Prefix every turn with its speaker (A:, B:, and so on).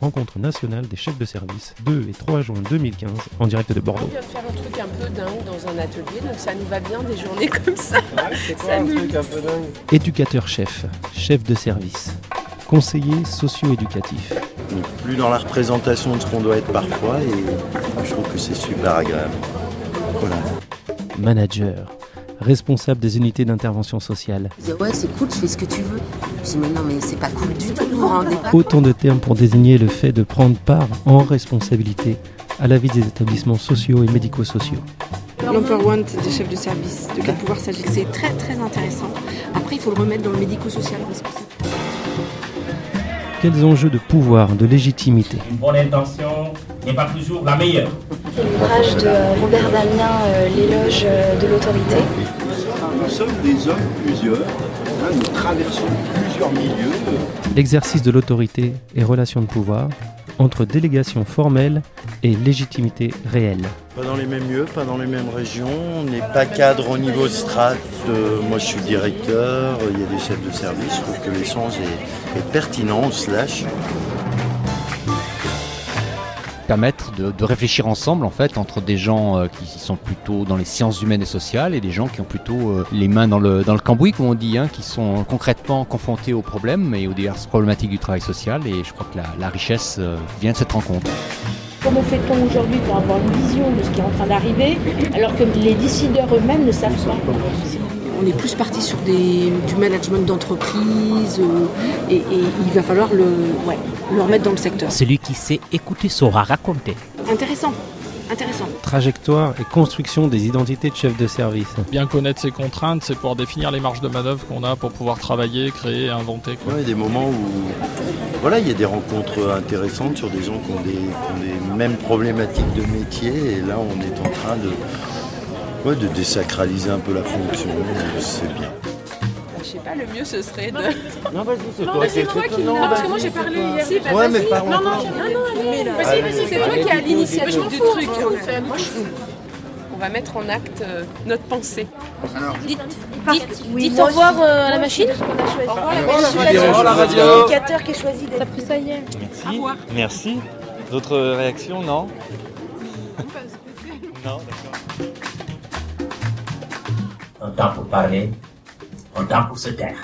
A: rencontre nationale des chefs de service 2 et 3 juin 2015 en direct de
B: On
A: Bordeaux.
B: vient de faire un truc un peu dingue dans un atelier, donc ça nous va bien des journées comme ça.
C: C'est
B: quoi un
C: truc un peu dingue
A: Éducateur-chef, chef de service, conseiller socio-éducatif.
C: Plus dans la représentation de ce qu'on doit être parfois et je trouve que c'est super agréable. Voilà.
A: manager, responsable des unités d'intervention sociale.
D: Il dit ouais c'est cool, tu fais ce que tu veux. Je dis mais non mais c'est pas cool du tout, vous vous rendez pas compte.
A: Autant de termes pour désigner le fait de prendre part en responsabilité à la vie des établissements sociaux et médico-sociaux.
E: L'empowerment des chefs de service, de quel pouvoir s'agit-il C'est très très intéressant. Après, il faut le remettre dans le médico-social parce que c'est
A: Quels enjeux de pouvoir, de légitimité
F: Une bonne intention n'est pas toujours la meilleure.
G: L'ouvrage de euh, Robert Dalien, euh, L'éloge euh, de l'autorité.
C: Nous sommes des hommes plusieurs, hein, nous traversons plusieurs milieux.
A: L'exercice de l'autorité et relation de pouvoir entre délégation formelle et légitimité réelle.
C: Pas dans les mêmes lieux, pas dans les mêmes régions, on n'est pas cadre au niveau strat. euh, moi je suis directeur, il y a des chefs de service, je trouve que l'échange est, est pertinent, on se lâche.
H: permettre de, de réfléchir ensemble en fait entre des gens euh, qui sont plutôt dans les sciences humaines et sociales et des gens qui ont plutôt euh, les mains dans le, dans le cambouis comme on dit, hein, qui sont concrètement confrontés aux problèmes et aux diverses problématiques du travail social et je crois que la, la richesse euh, vient de cette rencontre.
I: Comment fait-on aujourd'hui pour avoir une vision de ce qui est en train d'arriver alors que les décideurs eux-mêmes ne savent pas
E: on est plus parti sur des, du management d'entreprise euh, et, et il va falloir le, ouais, le remettre dans le secteur.
J: Celui qui sait écouter saura raconter.
E: Intéressant, intéressant.
A: Trajectoire et construction des identités de chefs de service.
K: Bien connaître ses contraintes, c'est pour définir les marges de manœuvre qu'on a pour pouvoir travailler, créer, inventer. quoi.
C: Ouais, Il y a des moments où voilà, il y a des rencontres intéressantes sur des gens qui ont des, qui ont des mêmes problématiques de métier et là on est en train de, ouais, de désacraliser un peu la fonction, c'est bien.
B: Je sais pas, le mieux ce serait de. Non, mais c'est toi qui. Non, parce que moi j'ai parlé hier. Si, bah,
C: Ouais,
B: vas-y.
C: mais parle
B: Non, non,
C: encore.
B: non, allez, vas-y, vas-y, c'est toi qui as l'initiative du truc. Moi je suis. On va mettre en acte euh, notre pensée.
G: Dites, dites au revoir euh, à la machine.
C: la radio.
G: L'éducateur qui choisit d'être pris ça hier.
B: Au revoir.
L: Merci. D'autres réactions Non Non,
F: Un temps pour parler, un temps pour se taire.